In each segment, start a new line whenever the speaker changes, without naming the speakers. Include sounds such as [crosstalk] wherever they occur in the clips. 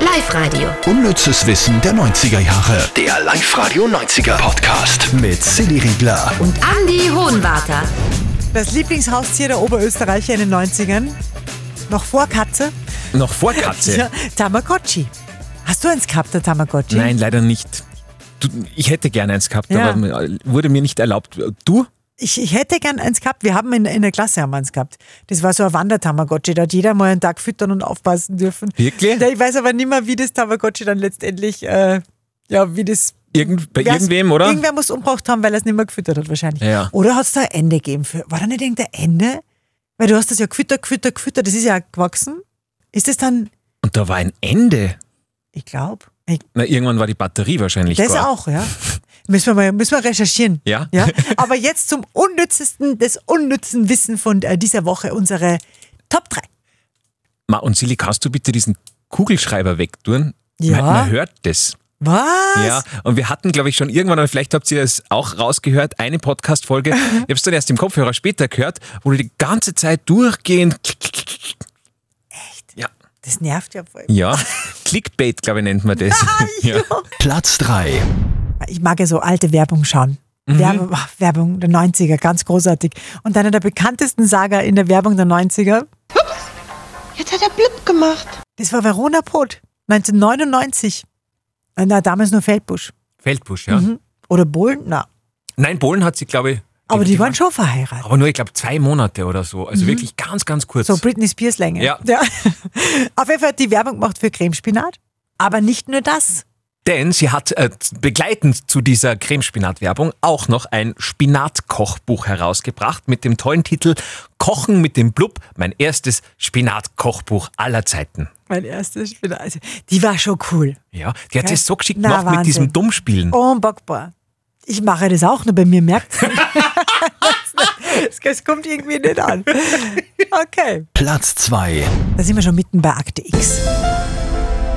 Live-Radio.
Unnützes Wissen der 90er Jahre.
Der Live-Radio 90er Podcast.
Mit Silly Riegler.
Und Andy Hohenwarter.
Das Lieblingshaustier der Oberösterreicher in den 90ern? Noch vor Katze?
Noch vor Katze?
Ja, Tamagotchi. Hast du eins gehabt, der Tamagotchi?
Nein, leider nicht. Du, ich hätte gerne eins gehabt,
Ja.
aber äh, wurde mir nicht erlaubt. Du?
Ich, ich hätte gern eins gehabt. Wir haben in, in der Klasse haben wir eins gehabt. Das war so ein Wander-Tamagotchi. Da hat jeder mal einen Tag füttern und aufpassen dürfen.
Wirklich?
Ich weiß aber nicht mehr, wie das Tamagotchi dann letztendlich, äh, ja, wie das.
Irgend, bei
wer's-
irgendwem, oder?
Irgendwer muss umgebracht haben, weil er es nicht mehr gefüttert hat, wahrscheinlich.
Ja.
Oder hat es da ein Ende gegeben? Für, war da nicht irgendein Ende? Weil du hast das ja gefüttert, gefüttert, gefüttert. Das ist ja gewachsen. Ist das dann,
Und da war ein Ende.
ich glaube,
Na, irgendwann war die Batterie wahrscheinlich
das
gar.
auch, ja. Müssen wir mal müssen wir recherchieren.
Ja?
ja. Aber jetzt zum unnützesten des unnützen Wissen von äh, dieser Woche, unsere Top 3.
Ma, und Silly, kannst du bitte diesen Kugelschreiber wegtun?
Ja.
Man, man hört das.
Was?
Ja, und wir hatten, glaube ich, schon irgendwann, oder vielleicht habt ihr es auch rausgehört, eine
[laughs]
Podcast-Folge, ich habe es dann erst im Kopfhörer später gehört, wo du die ganze Zeit durchgehend. Echt? Ja.
Das nervt ja voll. [laughs]
Ja. Clickbait, glaube ich, nennt man das. ja.
Platz 3.
Ich mag ja so alte Werbung schauen. Werbe- ach, Werbung der 90er, ganz großartig. Und einer der bekanntesten Saga in der Werbung der 90er,
Jetzt hat er blub gemacht.
das war Verona Pot, 1999. Äh, Na, damals nur Feldbusch.
Feldbusch, ja.
Oder Bohlen, na.
Nein, Polen hat sie, glaube ich.
Aber die waren schon verheiratet.
Aber nur, ich glaube, zwei Monate oder so. Also wirklich ganz, ganz kurz.
Mhm. So Britney Spears Länge.
Ja.
[laughs] Auf jeden Fall hat die Werbung gemacht für Cremespinat. Aber nicht nur das.
Denn sie hat äh, begleitend zu dieser Cremespinat-Werbung auch noch ein Spinatkochbuch herausgebracht mit dem tollen Titel Kochen mit dem Blub, mein erstes Spinatkochbuch aller Zeiten.
Mein erstes Spinat. Also, Die war schon cool.
Ja, die hat
Gell?
es so geschickt
Na,
gemacht
Wahnsinn.
mit diesem Dummspielen.
Unbockbar. Ich mache das auch, nur bei mir merkt [laughs] es. Es kommt irgendwie nicht an. Okay.
Platz 2.
Da sind wir schon mitten bei Akte X.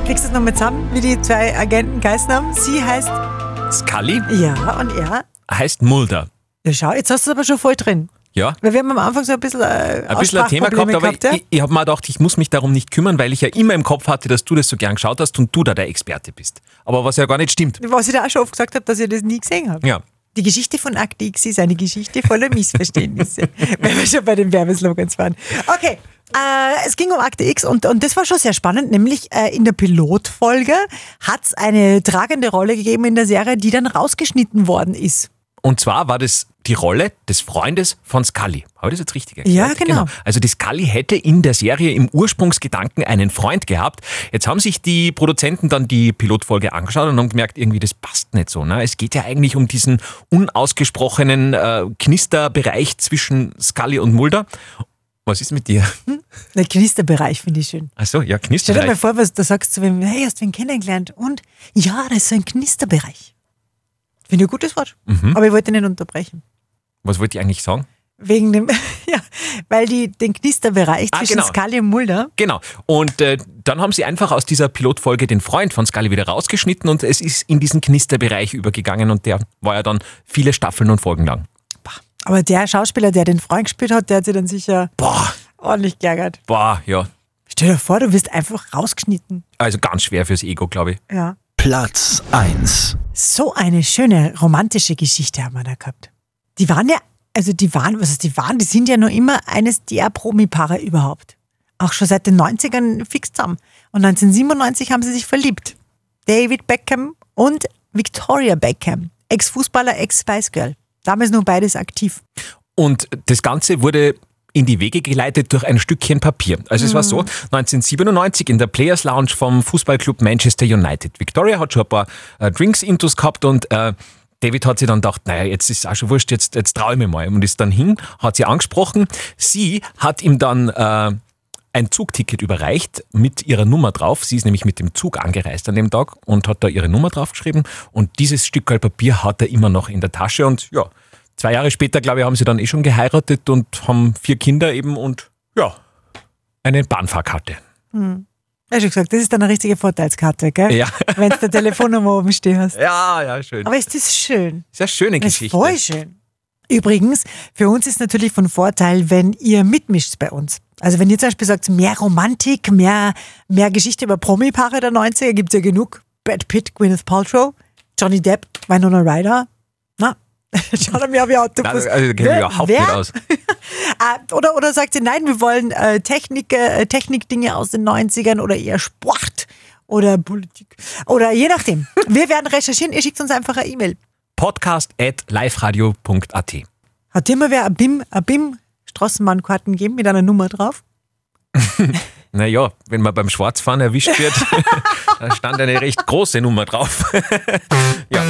Kriegst du das nochmal zusammen, wie die zwei Agenten geheißen haben? Sie heißt Oh.
Scully
Ja und er.
heißt Mulder.
Ja, schau, jetzt hast du es aber schon voll drin.
Ja,
Weil wir haben am Anfang so ein bisschen, äh,
ein bisschen ein Thema gehabt,
Aussprachprobleme
aber
ja?
ich, ich habe mir gedacht, ich muss mich darum nicht kümmern, weil ich ja immer im Kopf hatte, dass du das so gern geschaut hast und du da der Experte bist. Aber was ja gar nicht stimmt.
was ich da auch schon oft gesagt habe, dass ich das nie gesehen habe.
Ja.
Die Geschichte von Akte X ist eine Geschichte voller Missverständnisse, [laughs] wenn wir schon bei den Werbeslogans waren. Okay, äh, es ging um Akte X und, und das war schon sehr spannend, nämlich äh, in der Pilotfolge hat es eine tragende Rolle gegeben in der Serie, die dann rausgeschnitten worden ist.
Und zwar war das die Rolle des Freundes von Scully. Habe ich das jetzt richtig erklärt?
Ja, genau.
Also die Scully hätte in der Serie im Ursprungsgedanken einen Freund gehabt. Jetzt haben sich die Produzenten dann die Pilotfolge angeschaut und haben gemerkt, irgendwie das passt nicht so. Ne? Es geht ja eigentlich um diesen unausgesprochenen äh, Knisterbereich zwischen Scully und Mulder. Was ist mit dir?
Der Knisterbereich finde ich schön.
Ach so,
Stell
ja,
dir mal
Knisterbereich.
vor, was du sagst zu wem, hey, hast du ihn kennengelernt? Und ja, das ist so ein Knisterbereich. Finde ich ein gutes Wort, aber ich wollte nicht unterbrechen.
Was wollte ich eigentlich sagen?
Wegen dem, [laughs] ja, weil die den Knisterbereich
Ah,
zwischen
genau.
Scully und Mulder.
Genau. Und äh, dann haben sie einfach aus dieser Pilotfolge den Freund von Scully wieder rausgeschnitten und es ist in diesen Knisterbereich übergegangen und der war ja dann viele Staffeln und Folgen lang.
Aber der Schauspieler, der den Freund gespielt hat, der hat sich dann sicher
Boah,
ordentlich geärgert.
boah, ja.
Stell dir vor, du wirst einfach rausgeschnitten.
Also ganz schwer fürs Ego, glaube ich.
Ja.
Platz 1.
So eine schöne romantische Geschichte haben wir da gehabt. Die waren ja, also die waren, was heißt, die waren, die sind ja nur immer eines der Promi-Paare überhaupt. Auch schon seit den 90ern fix zusammen. Und 1997 haben sie sich verliebt. David Beckham und Victoria Beckham. Ex-Fußballer, Ex-Spice Girl. Damals nur beides aktiv.
Und das Ganze wurde in die Wege geleitet durch ein Stückchen Papier. Also es war so, 1997 in der Players Lounge vom Fußballclub Manchester United. Victoria hat schon ein paar äh, Drinks intus gehabt und äh, David hat sich dann gedacht, naja, jetzt ist auch schon wurscht, jetzt, jetzt traue ich mich mal. Und ist dann hin, hat sie angesprochen. Sie hat ihm dann äh, ein Zugticket überreicht mit ihrer Nummer drauf. Sie ist nämlich mit dem Zug angereist an dem Tag und hat da ihre Nummer draufgeschrieben. Und dieses Stück Papier hat er immer noch in der Tasche. Und ja, zwei Jahre später, glaube ich, haben sie dann eh schon geheiratet und haben vier Kinder eben und ja, eine Bahnfahrkarte.
Ja, schon gesagt, das ist dann eine richtige Vorteilskarte, gell?
Ja.
Wenn du der Telefonnummer oben stehen hast.
Ja, ja, schön.
Aber ist das schön?
Sehr schöne
Das ist
Geschichte.
voll schön. Übrigens, für uns ist natürlich von Vorteil, wenn ihr mitmischt bei uns. Also wenn ihr zum Beispiel sagt, mehr Romantik, mehr, mehr Geschichte über Promi-Paare der 90er, gibt es ja genug. Brad Pitt, Gwyneth Paltrow, Johnny Depp, Winona Ryder. Na, [laughs] schaut mir auf ihr Auto.
Nein, also, da kenne ich überhaupt nicht aus.
Ah, oder, oder sagt ihr, nein, wir wollen äh, Technik, äh, Technikdinge aus den 90ern oder eher Sport oder Politik. Oder je nachdem. Wir werden recherchieren, ihr schickt uns einfach eine E-Mail.
Podcast at liveradio.at.
Hat dir mal wer ein BIM, ein BIM Straßenbahnkarten gegeben mit einer Nummer drauf?
Naja, wenn man
[laughs]
beim [laughs] Schwarzfahren erwischt wird, da stand eine recht große Nummer drauf. ja.